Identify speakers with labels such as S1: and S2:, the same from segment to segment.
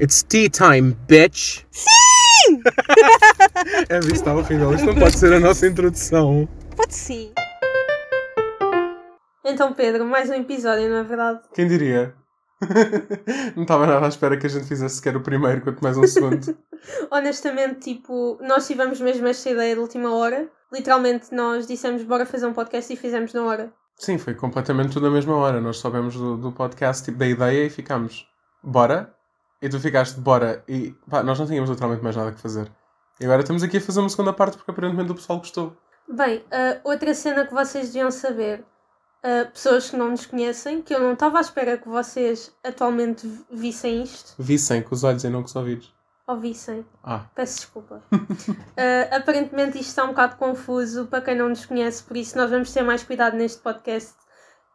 S1: It's tea time, bitch!
S2: Sim!
S1: É, isso tá horrível. Isto não pode ser a nossa introdução.
S2: Pode sim. Então, Pedro, mais um episódio, não é verdade?
S3: Quem diria? não estava nada à espera que a gente fizesse sequer o primeiro, quanto mais um segundo.
S2: Honestamente, tipo, nós tivemos mesmo esta ideia de última hora. Literalmente, nós dissemos bora fazer um podcast e fizemos na hora.
S3: Sim, foi completamente tudo na mesma hora. Nós soubemos do, do podcast, tipo, da ideia e ficámos. Bora? E tu ficaste, bora. E pá, nós não tínhamos literalmente mais nada que fazer. E agora estamos aqui a fazer uma segunda parte porque aparentemente o pessoal gostou.
S2: Bem, ah, outra cena que vocês deviam saber, ah, pessoas que não nos conhecem, que eu não estava à espera que vocês atualmente vi- vissem isto,
S3: Vissem com os olhos e não com os ouvidos.
S2: ouvissem.
S3: Ah,
S2: Peço desculpa. Ah, aparentemente isto está um bocado confuso para quem não nos conhece, por isso nós vamos ter mais cuidado neste podcast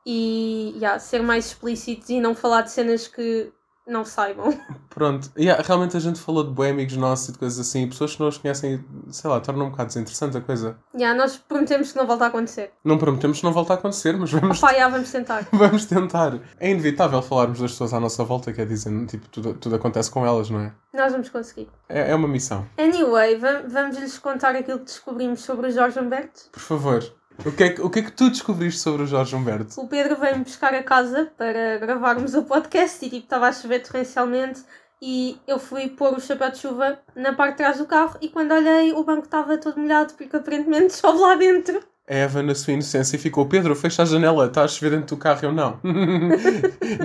S2: e yeah, ser mais explícitos e não falar de cenas que não saibam.
S3: pronto. Yeah, realmente a gente falou de boi amigos nossos e de coisas assim. E pessoas que não os conhecem, sei lá, torna um bocado desinteressante a coisa.
S2: Yeah, nós prometemos que não volta a acontecer.
S3: Não prometemos que não volta a acontecer, mas vamos
S2: Opa, yeah, vamos tentar.
S3: Vamos tentar. É inevitável falarmos das pessoas à nossa volta, quer dizer, tipo, tudo, tudo acontece com elas, não é?
S2: Nós vamos conseguir.
S3: É, é uma missão.
S2: Anyway, va- vamos-lhes contar aquilo que descobrimos sobre o Jorge Humberto.
S3: Por favor, o que, é que, o que é que tu descobriste sobre o Jorge Humberto?
S2: O Pedro veio-me buscar a casa para gravarmos o podcast e tipo estava a chover torrencialmente e eu fui pôr o chapéu de chuva na parte de trás do carro e quando olhei o banco estava todo molhado porque aparentemente chove lá dentro.
S3: A Eva, na sua inocência, ficou: Pedro, fecha a janela, está a chover dentro do carro. Eu não.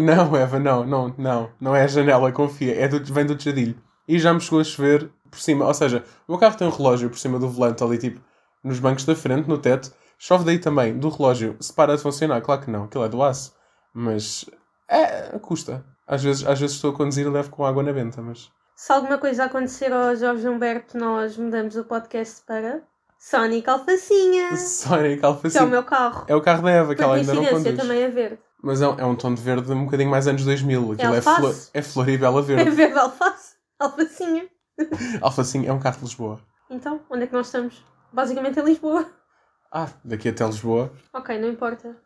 S3: não, Eva, não, não, não. Não é a janela, confia. É do, vem do tejadilho. E já me chegou a chover por cima. Ou seja, o meu carro tem um relógio por cima do volante, ali, tipo, nos bancos da frente, no teto. Chove daí também, do relógio. Se para de funcionar, claro que não. Aquilo é do aço. Mas. É, custa. Às vezes, às vezes estou a conduzir e levo com água na benta, mas.
S2: Se alguma coisa acontecer ao Jorge Humberto, nós mudamos o podcast para Sonic Alfacinha,
S3: Sonic Alfa
S2: que é o
S3: Sim.
S2: meu carro.
S3: É o carro da Eva que
S2: Por
S3: ela ainda não
S2: coincidência,
S3: conduz.
S2: também é verde.
S3: Mas é um, é um tom de verde um bocadinho mais anos 2000. Aquilo é,
S2: alface.
S3: flor, é flor e bela
S2: É
S3: verde.
S2: verde alface, alfacinha.
S3: Alfacinho é um carro de Lisboa.
S2: Então, onde é que nós estamos? Basicamente em Lisboa.
S3: Ah, daqui até Lisboa.
S2: Ok, não importa.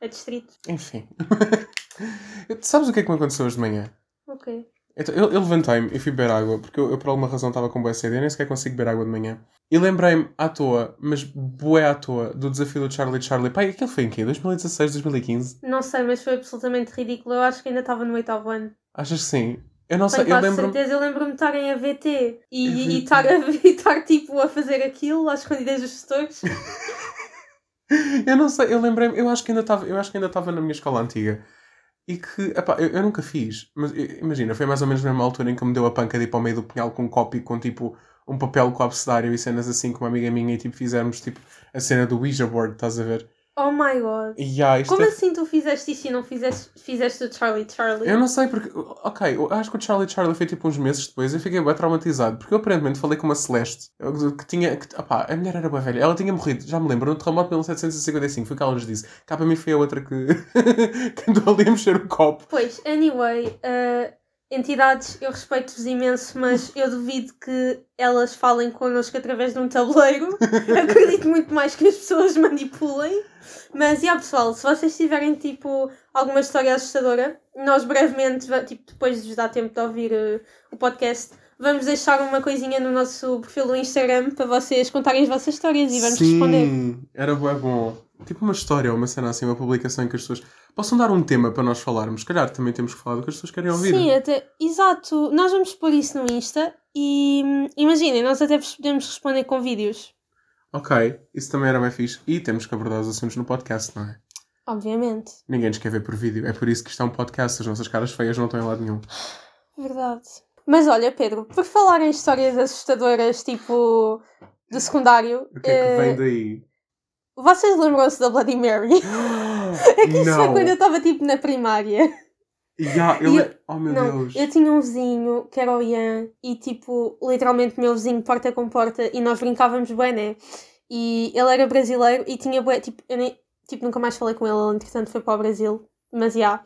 S2: É distrito.
S3: Enfim. Eu- Sabes o que é que me aconteceu hoje de manhã?
S2: Ok.
S3: Então, eu, eu levantei-me e fui beber água, porque eu, eu por alguma razão estava com boa sede, eu nem sequer consigo beber água de manhã. E lembrei-me à toa, mas boé à toa, do desafio do Charlie Charlie. Pai, aquilo foi em quê? 2016, 2015?
S2: Não sei, mas foi absolutamente ridículo. Eu acho que ainda estava no oitavo ano.
S3: Achas que sim? Eu não sei,
S2: Tenho
S3: eu
S2: quase
S3: lembro-me.
S2: certeza. Eu lembro-me de estar em AVT e
S3: AVT.
S2: estar a e estar tipo a fazer aquilo às escondidas dos gestores.
S3: Eu não sei, eu lembrei-me, eu acho que ainda estava, eu acho que ainda estava na minha escola antiga. E que, epá, eu, eu nunca fiz, mas i- imagina, foi mais ou menos na mesma altura em que me deu a panca de ir para o meio do punhal com um copo e com tipo um papel com abcedário e cenas assim com uma amiga minha e tipo fizermos tipo a cena do Ouija board, estás a ver?
S2: Oh my god.
S3: E ah, isto
S2: Como
S3: é-
S2: assim tu fizeste isso e não fizeste, fizeste o Charlie Charlie?
S3: Eu não sei porque, ok, eu acho que o Charlie Charlie foi tipo uns meses depois e eu fiquei bem traumatizado porque eu aparentemente falei com uma Celeste eu- que tinha, que, opá, a mulher era bem velha, ela tinha morrido, já me lembro, no terremoto de 1755, foi o que ela nos disse. Cá para mim foi a outra que, que andou ali a mexer o copo.
S2: Pois, anyway, eh, entidades, eu respeito-vos imenso, mas eu duvido que elas falem connosco através de um tabuleiro. Acredito muito mais que as pessoas manipulem. Mas, e yeah, pessoal, se vocês tiverem, tipo, alguma história assustadora, nós brevemente, va- tipo, depois de vos dar tempo de ouvir eh, o podcast, vamos deixar uma coisinha no nosso perfil do Instagram para vocês contarem as vossas histórias e vamos responder.
S3: era bué bom. Tipo uma história, uma cena assim, uma publicação em que as pessoas possam dar um tema para nós falarmos. Se calhar também temos que falar do que as pessoas querem ouvir.
S2: Sim, até, exato. Nós vamos pôr isso no Insta e hum, imaginem, nós até vos podemos responder com vídeos.
S3: Ok, isso também era bem fixe. E temos que abordar os assuntos no podcast, não é?
S2: Obviamente.
S3: Ninguém nos quer ver por vídeo. É por isso que isto é um podcast. As nossas caras feias não estão em lado nenhum.
S2: Verdade. Mas olha, Pedro, por falar em histórias assustadoras, tipo do secundário,
S3: O que é que
S2: eh,
S3: vem daí?
S2: vocês lembram-se da Bloody Mary? É que isso foi
S3: não!
S2: quando eu estava tipo na primária.
S3: Ya, eu
S2: E
S3: le- Oh meu
S2: não,
S3: Deus!
S2: eu tinha um vizinho que era o Ian e tipo, literalmente meu vizinho porta com porta e nós brincávamos bem, né? E ele era brasileiro e tinha bué, tipo, eu nem, tipo, nunca mais falei com ele, ele entretanto foi para o Brasil, mas já.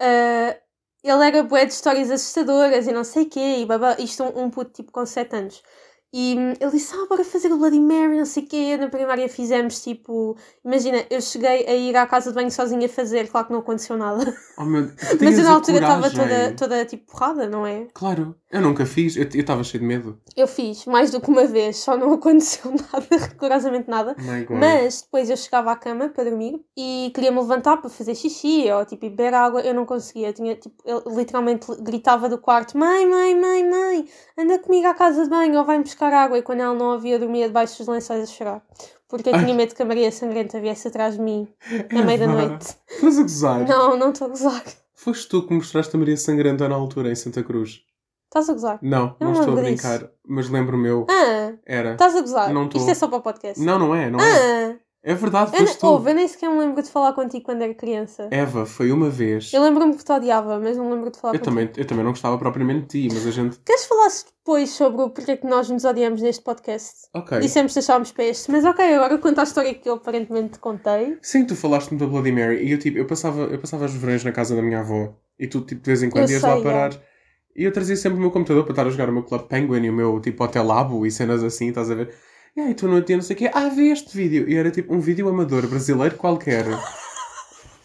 S2: Ah, ele era bué de histórias assustadoras e não sei quê, e babá, isto um, um puto tipo com 7 anos. E hum, ele disse, ah, bora fazer o Bloody Mary, não sei o quê. Na primária fizemos, tipo... Imagina, eu cheguei a ir à casa de banho sozinha fazer. Claro que não aconteceu nada.
S3: Oh, meu Deus, tu
S2: Mas
S3: tinhas
S2: eu
S3: a
S2: na altura estava
S3: coragem.
S2: toda, toda, tipo, porrada, não é?
S3: Claro, eu nunca fiz, eu eu estava cheio de medo.
S2: Eu fiz, mais do que uma vez. Só não aconteceu nada, rigorosamente nada.
S3: Oh my God.
S2: Mas depois eu chegava à cama para dormir e queria-me levantar para fazer xixi ou tipo ir beber água, eu não conseguia. Eu tinha, tipo, eu literalmente gritava do quarto: Mãe, mãe, mãe, mãe, anda comigo à casa de banho ou vai-me buscar água. E quando ela não havia, eu dormia debaixo dos lençóis a chorar. Porque eu
S3: Ai.
S2: tinha medo que a Maria Sangrenta viesse atrás de mim na meia da
S3: Eva,
S2: noite.
S3: Estás a gozar?
S2: Não, não estou a gozar.
S3: Foste tu que mostraste a Maria Sangrenta na altura em Santa Cruz?
S2: Estás a gozar.
S3: Não,
S2: Eu
S3: não,
S2: não
S3: estou a
S2: lembro disso.
S3: brincar, mas lembro-me eu.
S2: Ah,
S3: Era.
S2: estás a gozar.
S3: Não tô.
S2: Isto é só para o podcast.
S3: Não, não é, não é.
S2: Ah,
S3: É verdade,
S2: eu,
S3: foste
S2: não-
S3: tu. É.
S2: ouve, eu nem sequer me lembro de falar contigo quando era criança.
S3: Eva, foi uma vez.
S2: Eu lembro-me que te odiava, mas não me lembro de falar
S3: Eu
S2: contigo.
S3: também, eu também não gostava propriamente de ti, mas a gente.
S2: Queres falar depois sobre o porquê que nós nos odiamos neste podcast?
S3: Ok.
S2: E sempre deixámos para este. Mas ok, agora eu conto a história que eu aparentemente te contei.
S3: Sim, tu falaste-me da Bloody Mary e eu tipo, eu passava, eu passava os verões na casa da minha avó e tu tipo, de vez em quando
S2: Eu
S3: ias
S2: sei,
S3: lá
S2: é.
S3: parar. E eu trazia sempre o meu computador para estar a jogar o meu Club Penguin e o meu tipo Hotelabo e cenas assim, estás a ver? E aí tu não tinha não sei o quê, ah, vi este vídeo. E era tipo um vídeo amador brasileiro qualquer.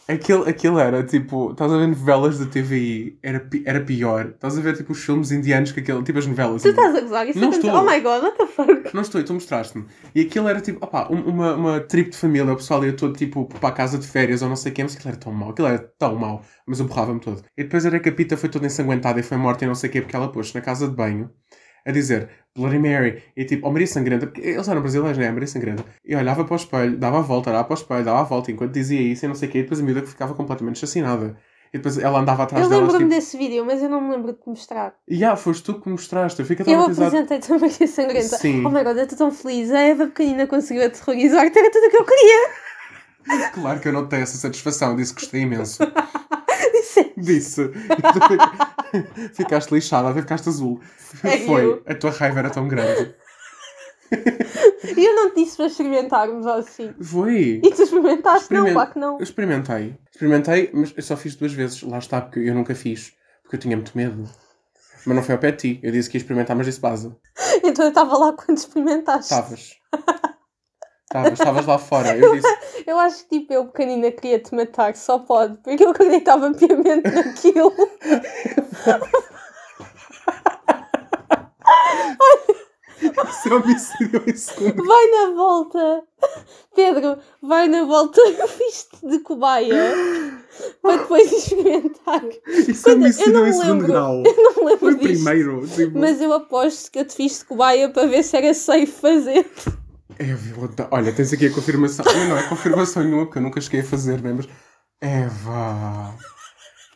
S3: Aquilo, aquilo era tipo, estás a ver novelas da TVI, era, pi- era pior. Estás a ver tipo os filmes indianos que aquele, tipo as novelas.
S2: Tu
S3: indianas.
S2: estás a gozar? Isso
S3: Não
S2: aconteceu-
S3: estou.
S2: Oh my god, what the fuck?
S3: Não estou, tu mostraste-me. E aquilo era tipo, opá, um- uma, uma trip de família, o pessoal ia todo tipo para a casa de férias ou não sei o quê, mas aquilo era tão mau, aquilo era tão mau, mas eu borrava-me todo. E depois era que a Pita foi toda ensanguentada e foi morta e não sei o quê, porque ela pôs-se na casa de banho a dizer Bloody Mary e tipo, oh Maria Sangrenta, porque eles eram brasileiros, né? Maria Sangrenta. E olhava para o espelho, dava a volta, olhava para o espelho, dava a volta enquanto dizia isso e não sei o quê, e depois a miúda que ficava completamente chacinada. E depois ela andava atrás
S2: Eu
S3: delas
S2: lembro-me
S3: tipo,
S2: desse vídeo, mas eu não me lembro de te mostrar.
S3: e ah, foste tu que mostraste, eu fico um
S2: Eu
S3: traumatizado.
S2: apresentei-te a Maria Sangrenta.
S3: Sim.
S2: Oh my god, eu estou tão feliz. A Eva pequenina conseguiu aterrorizar-te. Era tudo o que eu queria.
S3: Claro que eu não tenho essa satisfação, disse que gostei imenso.
S2: Disse.
S3: Disse. E tu ficaste lixada, até ficaste azul.
S2: Sério?
S3: Foi. A tua raiva era tão grande.
S2: E eu não te disse para experimentarmos ou assim.
S3: Foi.
S2: E tu experimentaste? Não,
S3: Experimenta-
S2: claro que não.
S3: Eu experimentei. Experimentei, mas eu só fiz duas vezes. Lá está, porque eu nunca fiz. Porque eu tinha muito medo. Mas não foi ao pé de ti. Eu disse que ia experimentar, mas disse base.
S2: Então eu estava lá quando experimentaste.
S3: Estavas. Estavas, estavas lá fora. Eu disse,
S2: Eu acho que tipo, eu pequenina queria te matar, só pode, porque eu acreditava piamente naquilo.
S3: isso é homicídio em segundo.
S2: Vai na volta! Pedro, vai na volta, eu fiz-te de cobaia para depois experimentar.
S3: Isso é
S2: Quando- eu não
S3: homicídio em
S2: me
S3: segundo
S2: lembro.
S3: grau.
S2: Eu não me lembro
S3: Foi
S2: disto.
S3: primeiro. tipo-
S2: Mas eu aposto que eu te fiz de cobaia para ver se era safe fazer.
S3: Eva, tá- olha, tens aqui a confirmação. Não, não é confirmação nenhuma, porque eu nunca cheguei a fazer, lembras? Eva,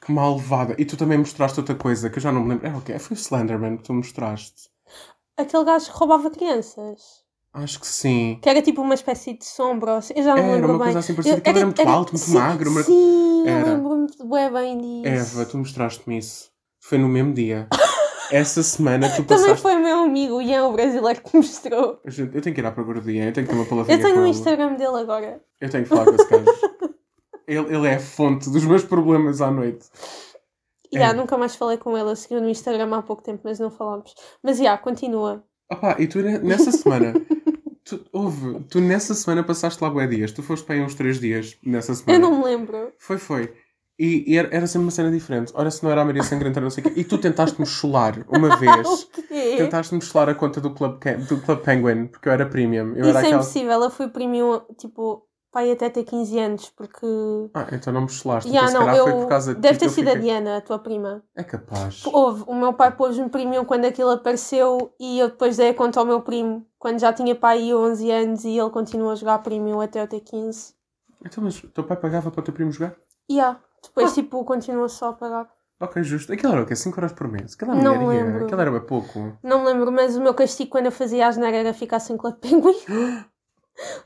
S3: que malvada. E tu também mostraste outra coisa que eu já não me lembro. É o quê? Foi o Slenderman que tu mostraste.
S2: Aquele gajo que roubava crianças.
S3: Acho que sim.
S2: Que era tipo uma espécie de sombra, ou assim, eu já não me
S3: Era
S2: lembro
S3: uma
S2: bem.
S3: coisa assim parecida. Aquilo era muito alto, muito
S2: sim,
S3: magro. mas-
S2: Sim, eu
S3: Era.
S2: lembro-me de bué bem disso.
S3: Eva, tu mostraste-me isso. Foi no mesmo dia. Essa semana tu
S2: Também
S3: passaste.
S2: foi meu amigo, o Ian, o brasileiro, que mostrou.
S3: Gente, eu tenho que ir à procura do Ian, eu tenho que ter uma palavrinha
S2: Eu tenho
S3: com
S2: o
S3: ele.
S2: Instagram dele agora.
S3: Eu tenho que falar com esse gajo. Ele, ele é a fonte dos meus problemas à noite.
S2: E
S3: É.
S2: já, nunca mais falei com ele. Eu segui no Instagram há pouco tempo, mas não falámos. Mas já, continua.
S3: Opá, e tu ne- nessa semana. tu, houve, tu nessa semana passaste lá bué dias. Tu foste para aí uns 3 dias nessa semana.
S2: Eu não me lembro.
S3: Foi, foi. E, e era, era sempre uma cena diferente. Ora, se não era a Maria Sangrenta, não sei o quê. E tu tentaste-me chular uma
S2: O
S3: vez.
S2: quê?
S3: Tentaste-me chular a conta do Club, Ca- do Club Penguin, porque eu era premium. Eu
S2: Isso
S3: era
S2: é
S3: aquela.
S2: impossível. Eu fui premium, tipo, pai até ter 15 anos, porque...
S3: Ah, então não me chulaste.
S2: Já,
S3: então, se
S2: não,
S3: calhar foi
S2: eu...
S3: por causa de ti
S2: Deve
S3: que
S2: ter
S3: eu
S2: sido a
S3: fiquei-
S2: Diana, a tua prima.
S3: É capaz.
S2: Houve, o meu pai pôs-me premium quando aquilo apareceu e eu depois dei a conta ao meu primo, quando já tinha pai aí 11 anos e ele continuou a jogar premium até eu ter 15.
S3: Então, mas o teu pai pagava para o teu primo jogar?
S2: E já, depois, tipo, continuou só a pagar.
S3: Ok, justo. Aquilo era o quê? 5 euros por mês? Aquilo era
S2: Não
S3: merda.
S2: lembro.
S3: Aquilo era bem pouco.
S2: Não me lembro, mas o meu castigo quando eu fazia asneira era ficar sem Club Pinguim.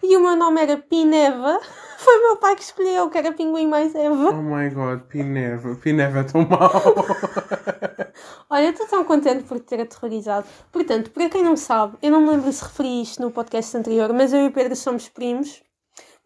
S2: e o meu nome era Pineva. Foi meu pai que escolheu que era Pinguim mais Eva.
S3: Oh my god, Pineva. Pineva é tão mau.
S2: Olha, estou tão contente por te ter aterrorizado. Portanto, para quem não sabe, eu não me lembro se referi isto no podcast anterior, mas eu e o Pedro somos primos,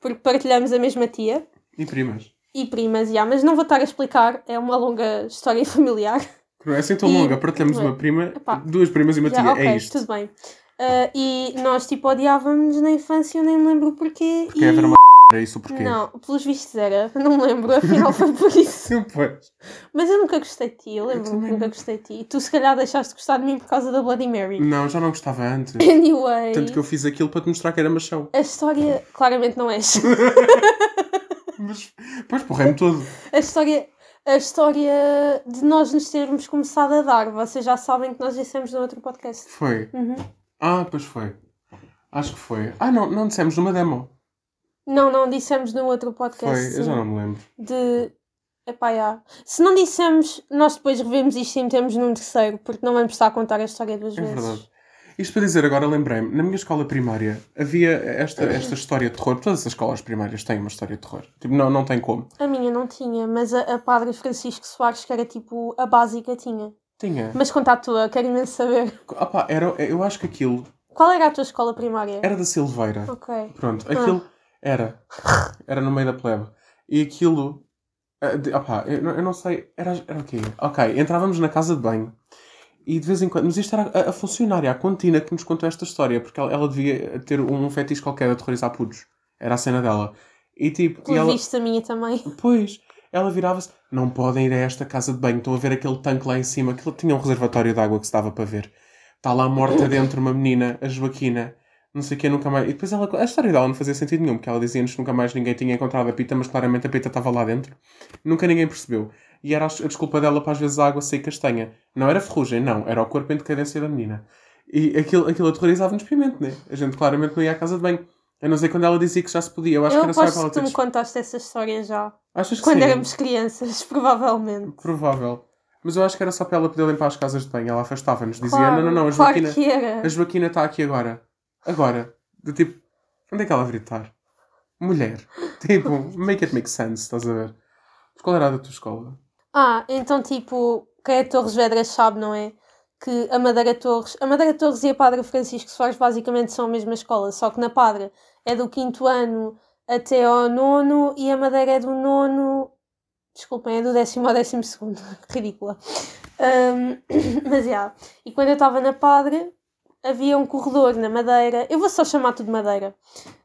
S2: porque partilhamos a mesma tia
S3: E primas.
S2: e primas, já, mas não vou estar a explicar, é uma longa história familiar.
S3: Que Não é assim tão
S2: E-
S3: longa. Partilhamos
S2: Não é.
S3: uma prima,
S2: Epá.
S3: duas primas e uma
S2: Já,
S3: tia.
S2: ok,
S3: é isto.
S2: tudo bem. Ah, e nós, tipo, odiávamos na infância, eu nem me lembro porquê.
S3: Porque
S2: e...
S3: era uma era é isso o porquê.
S2: Não, pelos vistos era. Não me lembro, afinal foi por isso.
S3: Sim, pois.
S2: Mas eu nunca gostei de ti, eu lembro-me que
S3: também
S2: nunca
S3: não.
S2: gostei de ti. E tu, se calhar, deixaste de gostar de mim por causa da Bloody Mary.
S3: Não, já não gostava antes.
S2: Anyway,
S3: Tanto que eu fiz aquilo para te mostrar que era machão.
S2: a história claramente não é esta.
S3: Mas, pois, porrei-me todo.
S2: A história, a história de nós nos termos começado a dar, vocês já sabem que nós dissemos no outro podcast.
S3: Foi.
S2: Uhum.
S3: Ah, pois foi. Acho que foi. Ah, não, não dissemos numa demo.
S2: Não, não dissemos no outro
S3: Foi,
S2: podcast
S3: eu já não me lembro. É
S2: de. Epá, já. Se não dissemos, nós depois revemos isto e metemos num terceiro, porque não vamos estar a contar a história duas
S3: É
S2: vezes.
S3: verdade. Isto para dizer agora, lembrei-me, na minha escola primária havia esta, esta história de terror. Todas as escolas primárias têm uma história de terror. Tipo, não, não tem como.
S2: A minha não tinha, mas a, a Padre Francisco Soares, que era tipo a básica, tinha.
S3: Tinha.
S2: Mas conta a tua, quero imenso saber.
S3: Ah pá, era, eu acho que aquilo
S2: Qual era a tua escola primária?
S3: era da Silveira.
S2: Ok.
S3: Pronto, aquilo era. Era no meio da plebe. E aquilo. ah, de- ah pá, eu, não- eu não sei. Era, era o quê? Ok, entrávamos na casa de banho. E de vez em quando. Mas isto era a, a funcionária, a contina que nos contou esta história. Porque ela, ela devia ter um fetiche qualquer de aterrorizar putos. Era a cena dela. E tipo. e
S2: Pelo
S3: ela,
S2: visto, a minha também.
S3: Pois, ela virava-se. Não podem ir a esta casa de banho. Estão a ver aquele tanque lá em cima. Aquilo tinha um reservatório de água que se dava para ver. Está lá morta dentro uma menina, a Joaquina. Não sei o que, nunca mais. E depois ela. A história dela não fazia sentido nenhum, porque ela dizia-nos que nunca mais ninguém tinha encontrado a pita, mas claramente a pita estava lá dentro. Nunca ninguém percebeu. E era a a desculpa dela para às vezes a água sair castanha. Não era ferrugem, não. Era o corpo em decadência da menina. E aquilo, aquilo aterrorizava-nos pimente, né? A gente claramente não ia à casa de banho. A não ser quando ela dizia que já se podia. Eu acho
S2: eu
S3: que era só
S2: aposto
S3: aquela
S2: que tu me
S3: ter-
S2: contaste essa história já.
S3: Achas que
S2: Quando
S3: sim?
S2: éramos crianças, provavelmente.
S3: Provável. Mas eu acho que era só para ela poder limpar as casas de banho. Ela afastava-nos, dizia:
S2: Claro,
S3: Não, não, não, a
S2: claro
S3: Joaquina,
S2: que é." era.
S3: a Joaquina está aqui agora. Agora. Do tipo, onde é que ela deveria estar? Mulher. Tipo, make it make sense, estás a ver? Mas Qual era a da tua escola?
S2: Ah, então tipo, quem é Torres Vedras sabe, não é? Que a Madeira Torres, a Madeira Torres e a Padre Francisco Soares basicamente são a mesma escola, só que na Padre é do quinto ano até ao nono e a Madeira é do nono, desculpem, é do décimo ao décimo segundo, ridícula. Ahm, mas, já, e quando eu estava na Padre, havia um corredor na Madeira, eu vou só chamar tudo Madeira,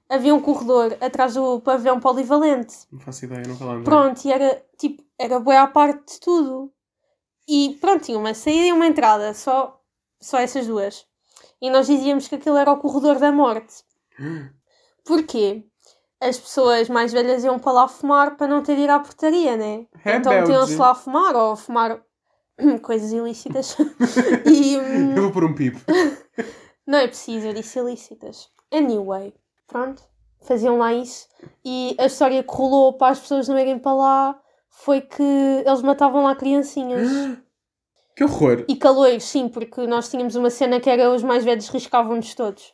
S2: havia um corredor atrás do pavilhão polivalente.
S3: Não faço ideia, nunca lá andei.
S2: Pronto, e era tipo, era boa à parte de tudo. E pronto, tinha uma saída e uma entrada, só, só essas duas. E nós dizíamos que aquilo era o corredor da morte. Porquê? As pessoas mais velhas iam para lá fumar para não ter de ir à portaria, né? Então
S3: Rebeldes.
S2: tinham-se lá a fumar ou a fumar coisas ilícitas. e, hum,
S3: Eu vou pôr um pipo.
S2: não é preciso, eu disse ilícitas. Anyway, pronto, faziam lá isso. E a história que rolou para as pessoas não irem para lá foi que eles matavam lá criancinhas.
S3: Que horror.
S2: E caloiros, sim, porque nós tínhamos uma cena que era os mais velhos riscavam-nos todos.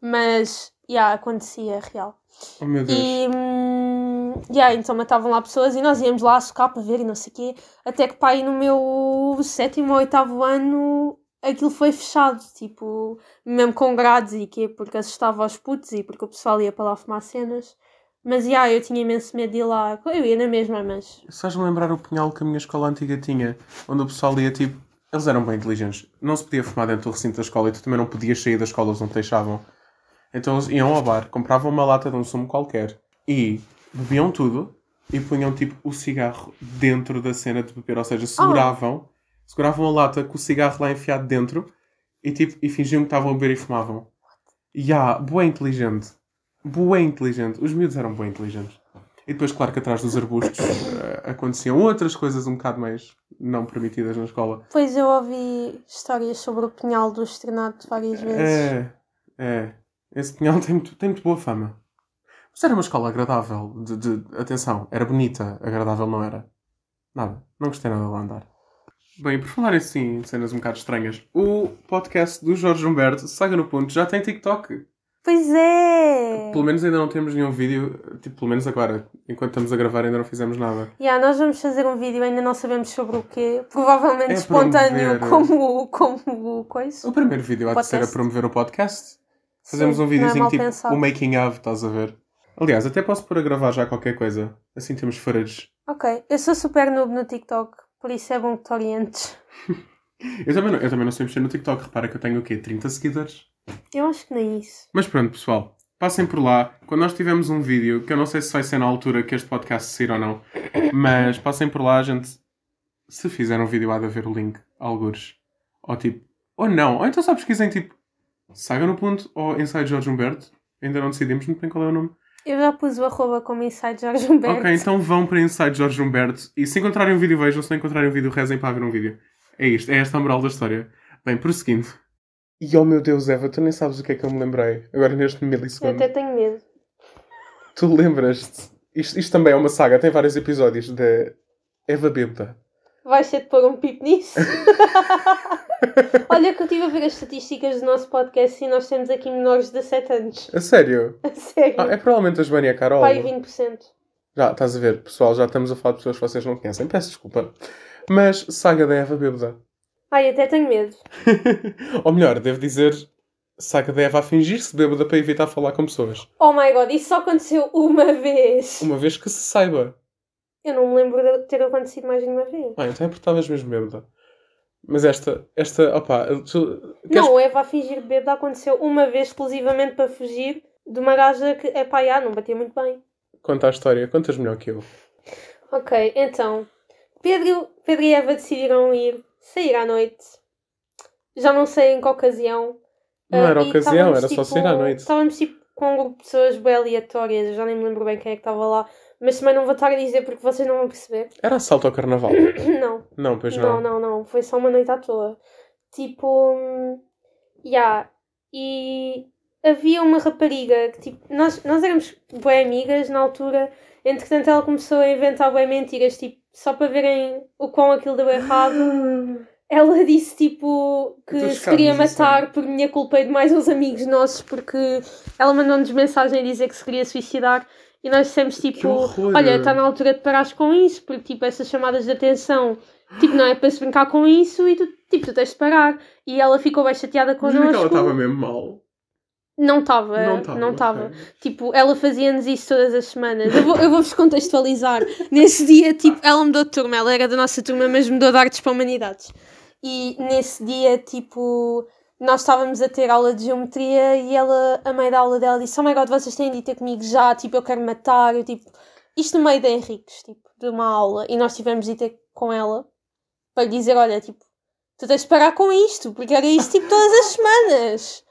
S2: Mas, já, acontecia, é real.
S3: Oh meu Deus.
S2: E, hum, yeah, então matavam lá pessoas e nós íamos lá a socar para ver e não sei o quê. Até que, pá, aí no meu sétimo ou oitavo ano, aquilo foi fechado, tipo, mesmo com grades e quê, porque assustava aos putos e porque o pessoal ia para lá fumar cenas. Mas, yeah, eu tinha imenso medo de ir lá. Eu ia na mesma, mas...
S3: Sás me lembrar o punhal que a minha escola antiga tinha, onde o pessoal ia tipo. Eles eram bem inteligentes. Não se podia fumar dentro do recinto da escola e tu também não podias sair da escola, eles não te deixavam. Então eles iam ao bar, compravam uma lata de um sumo qualquer e bebiam tudo e punham tipo o cigarro dentro da cena de beber. Ou seja, seguravam, seguravam a lata com o cigarro lá enfiado dentro e tipo e fingiam que estavam a beber e fumavam. Ya, yeah, boa inteligente. Boa inteligente. Os miúdos eram boa inteligentes. E depois, claro que atrás dos arbustos eh, aconteciam outras coisas um bocado mais não permitidas na escola.
S2: Pois eu ouvi histórias sobre o punhal do estrenado várias vezes.
S3: É, é. Esse pinhal tem muito, tem muito boa fama. Mas era uma escola agradável. De, de- atenção, era bonita. Agradável não era. Nada. Não gostei nada de lá andar. Bem, por falar assim, em cenas um bocado estranhas, o podcast do Jorge Humberto, Saga no Ponto, já tem TikTok.
S2: Pois é!
S3: Pelo menos ainda não temos nenhum vídeo, tipo, pelo menos agora, enquanto estamos a gravar, ainda não fizemos nada.
S2: Yeah, nós vamos fazer um vídeo, ainda não sabemos sobre o quê. Provavelmente
S3: É
S2: espontâneo,
S3: promover.
S2: como, como o coisa.
S3: O primeiro vídeo há de ser a
S2: Podcast.
S3: promover o podcast. Fazemos
S2: Sim,
S3: um
S2: não é
S3: videozinho
S2: mal
S3: tipo
S2: pensado.
S3: o making of, estás a ver? Aliás, até posso pôr a gravar já qualquer coisa. Assim temos footage.
S2: Ok, eu sou super noob no TikTok, por isso é bom que te orientes.
S3: Eu também não, eu também não sei mexer no TikTok. Repara que eu tenho o quê? 30 seguidores?
S2: Eu acho que nem isso.
S3: Mas pronto, pessoal, passem por lá. Quando nós tivermos um vídeo, que eu não sei se vai ser na altura que este podcast sair ou não, mas passem por lá, a gente. Se fizer um vídeo, há de haver o link, algures. Ou tipo. Ou não. Ou então só pesquisem tipo. Saga no Ponto ou Inside Jorge Humberto. Ainda não decidimos muito bem qual é o nome.
S2: Eu já pus o arroba como Inside Jorge Humberto.
S3: Ok, então vão para Inside Jorge Humberto e se encontrarem um vídeo vejam, se não encontrarem um vídeo rezem para ver um vídeo. É isto, é esta a moral da história. Bem, prosseguindo. E oh meu Deus, Eva, tu nem sabes o que é que eu me lembrei agora neste
S2: Eu
S3: milissegundo.
S2: até tenho medo.
S3: Tu lembras-te? Isto, isto também é uma saga, tem vários episódios da Eva Bêbada.
S2: Vais ter de pôr um pip nisso. Olha que eu estive a ver as estatísticas do nosso podcast e nós temos aqui menores de 7 anos.
S3: A sério?
S2: A sério.
S3: Ah, é provavelmente a Joana e a Carol.
S2: Pai 20%.
S3: Já, estás a ver, pessoal, já estamos a falar de pessoas que vocês não conhecem. Peço desculpa. Mas, saga da Eva Bêbada.
S2: Ai, até tenho medo.
S3: Ou melhor, devo dizer, saca da Eva a fingir-se bêbada para evitar falar com pessoas.
S2: Oh my god, isso só aconteceu uma vez.
S3: Uma vez que se saiba.
S2: Eu não me lembro de ter acontecido mais nenhuma vez.
S3: Ah, então é porque estavas mesmo bêbada. Mas esta, esta, opá, tu, queres-
S2: Não, o Eva a fingir bêbada aconteceu uma vez exclusivamente para fugir de uma gaja que, epá, já, não batia muito bem.
S3: conta a história, contas melhor que eu.
S2: Ok, então. Pedro, Pedro e Eva decidiram ir sair à noite. Já não sei em que ocasião.
S3: Não
S2: Ah,
S3: era
S2: e
S3: ocasião,
S2: estávamos,
S3: era só sair à noite.
S2: Estávamos tipo com um grupo de pessoas bem aleatórias, eu já nem me lembro bem quem é que estava lá. Mas também não vou estar a dizer porque vocês não vão perceber.
S3: Era assalto ao carnaval?
S2: não.
S3: Não, pois não.
S2: Não,
S3: é?
S2: não, não. Foi só uma noite à toa. Tipo. hum, Yeah. E havia uma rapariga que, tipo, nós, nós éramos bem amigas na altura. Entretanto, ela começou a inventar bem mentiras, tipo, só para verem o quão aquilo deu errado. Ela disse, tipo,
S3: Tu
S2: que se
S3: escabes
S2: queria
S3: Então isso, é?
S2: matar por minha culpa e de mais uns amigos nossos, porque ela mandou-nos mensagem a dizer que se queria suicidar. E nós dissemos,
S3: Que
S2: tipo,
S3: horror!
S2: Olha, está na altura de parares com isso, porque tipo, essas chamadas de atenção, tipo, não é para se brincar com isso e tu, tipo, tu tens de parar. E ela ficou bem chateada
S3: Imagina é que ela
S2: connosco.
S3: estava mesmo mal.
S2: Não estava,
S3: Não estava.
S2: Eh, não
S3: ok.
S2: estava. Tipo, ela fazia-nos isso todas as semanas. Eu, vou, eu vou-vos contextualizar. Nesse dia, tipo, ela mudou de turma, ela era da nossa turma, mas mudou de artes para humanidades. E nesse dia, tipo, nós estávamos a ter aula de geometria e ela, a meio da aula dela, disse: Oh my god, vocês têm de ir ter comigo já, tipo, eu quero matar. Eu, tipo, isto no meio de Henriques, tipo, de uma aula. E nós tivemos de ir ter com ela para lhe dizer: Olha, tipo, tu tens de parar com isto, porque era isto, tipo, todas as semanas.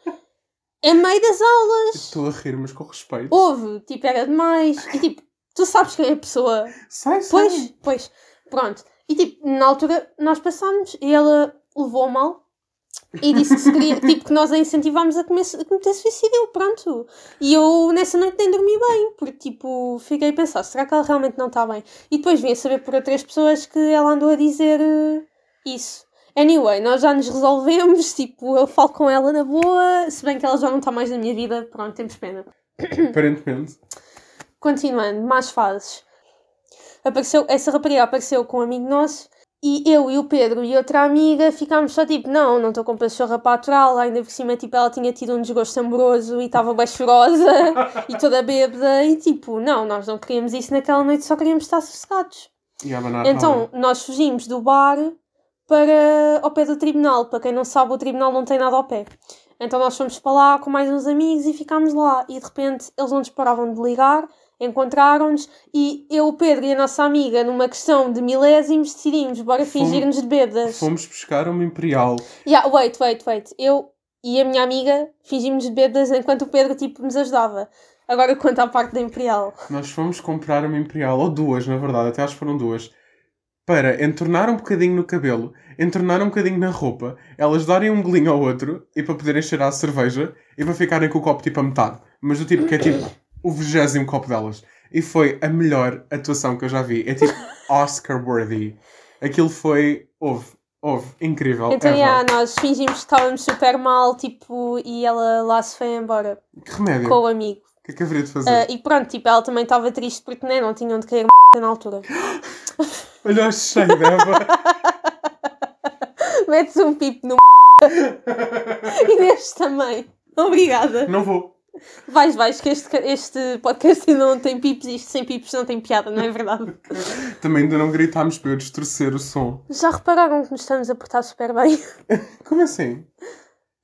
S2: É meio das aulas.
S3: Estou a rir, mas com respeito.
S2: Houve, tipo, era demais. E tipo, tu sabes quem é a pessoa.
S3: Sai, sai.
S2: Pois, pois. Pronto. E tipo, na altura nós passámos e ela levou mal e disse que se queria, tipo, que nós a incentivámos a, comer- a cometer suicídio, pronto. E eu nessa noite nem dormi bem, porque tipo, fiquei a pensar, será que ela realmente não está bem? E depois vim a saber por outras pessoas que ela andou a dizer eh, isso. Anyway, nós já nos resolvemos, tipo, eu falo com ela na boa, se bem que ela já não está mais na minha vida, pronto, temos pena.
S3: Aparentemente.
S2: Continuando, mais fases. Apareceu, essa rapariga apareceu com um amigo nosso e eu e o Pedro e outra amiga ficámos só tipo, não, não estou com pachorra para aturá-la, ainda por cima tipo, ela tinha tido um desgosto amoroso e estava bem chorosa e toda bêbada e tipo, não, nós não queríamos isso naquela noite, só queríamos estar sossegados.
S3: E a banana.
S2: Então, nós fugimos do bar para ao pé do tribunal. Para quem não sabe, o tribunal não tem nada ao pé. Então nós fomos para lá com mais uns amigos e ficámos lá. E de repente eles não nos paravam de ligar, encontraram-nos e eu, o Pedro e a nossa amiga, numa questão de milésimos, decidimos, bora
S3: Fomos-
S2: fingir-nos de bêbadas.
S3: Fomos buscar uma Imperial.
S2: Yeah, wait, wait, wait. Eu e a minha amiga fingimos de bêbadas enquanto o Pedro tipo, nos ajudava. Agora quanto à parte da Imperial.
S3: Nós fomos comprar uma Imperial, ou duas, na verdade, até acho que foram duas, para entornar um bocadinho no cabelo, entornar um bocadinho na roupa, elas darem um golinho ao outro e para poderem cheirar a cerveja e para ficarem com o copo tipo a metade. Mas do tipo que é tipo o vigésimo copo delas. E foi a melhor atuação que eu já vi. É tipo Oscar worthy. Aquilo foi. Houve, houve, incrível.
S2: Então,
S3: Eva.
S2: yeah, nós fingimos que estávamos super mal, tipo, e ela lá se foi embora
S3: Que remédio.
S2: com o amigo.
S3: O que é que haveria de fazer?
S2: Ah, e pronto, tipo, ela também estava triste porque nem não tinham de cair na altura.
S3: Olha o cheiro Eva.
S2: Metes um pipo no e neste também. Obrigada.
S3: Não vou.
S2: Vais, vais, que este, este podcast ainda não tem pipos e isto sem pipos não tem piada, não é verdade?
S3: Também ainda não gritámos para eu distorcer o som.
S2: Já repararam que nos estamos a portar super bem?
S3: Como assim?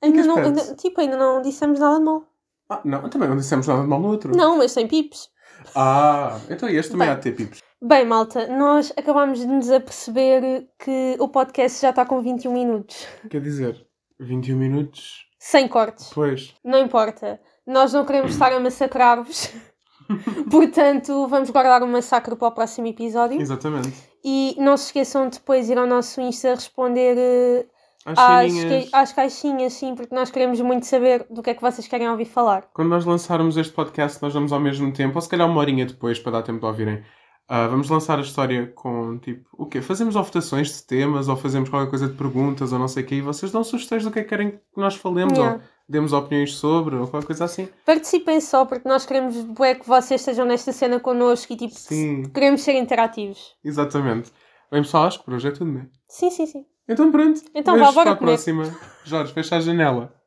S2: Ainda
S3: Ficas
S2: não,
S3: perto.
S2: ainda- tipo, ainda não dissemos nada de mal.
S3: Ah, não, também não dissemos nada de mal no outro.
S2: Não, mas sem pips.
S3: Ah, então este também
S2: Bem.
S3: há de ter pips.
S2: Bem, malta, nós acabámos de nos aperceber que o podcast já está com 21 minutos.
S3: Quer dizer, 21 minutos
S2: Sem cortes.
S3: depois.
S2: Não importa. Nós não queremos estar a massacrar-vos. Portanto, vamos guardar o massacre para o próximo episódio.
S3: Exatamente.
S2: E não se esqueçam de depois ir ao nosso Insta responder eh,
S3: Às
S2: às,
S3: ceninhas.
S2: ca- às caixinhas, sim, porque nós queremos muito saber do que é que vocês querem ouvir falar.
S3: Quando nós lançarmos este podcast, nós vamos ao mesmo tempo, ou se calhar uma horinha depois, para dar tempo de ouvirem. ah, vamos lançar a história com tipo, o quê? Fazemos ou votações de temas, ou fazemos qualquer coisa de perguntas, ou não sei o quê, e vocês dão sugestões do que é que querem que nós falemos,
S2: Yeah.
S3: ou demos opiniões sobre, ou qualquer coisa assim.
S2: Participem só, porque nós queremos bué, que vocês estejam nesta cena connosco e tipo,
S3: Sim,
S2: queremos ser interativos.
S3: exatamente. Bem, pessoal, acho que por hoje é tudo, né?
S2: Sim, sim, sim.
S3: Então pronto.
S2: Então vá,
S3: beijos
S2: bora
S3: para a
S2: comer.
S3: próxima. Jorge, fecha a janela.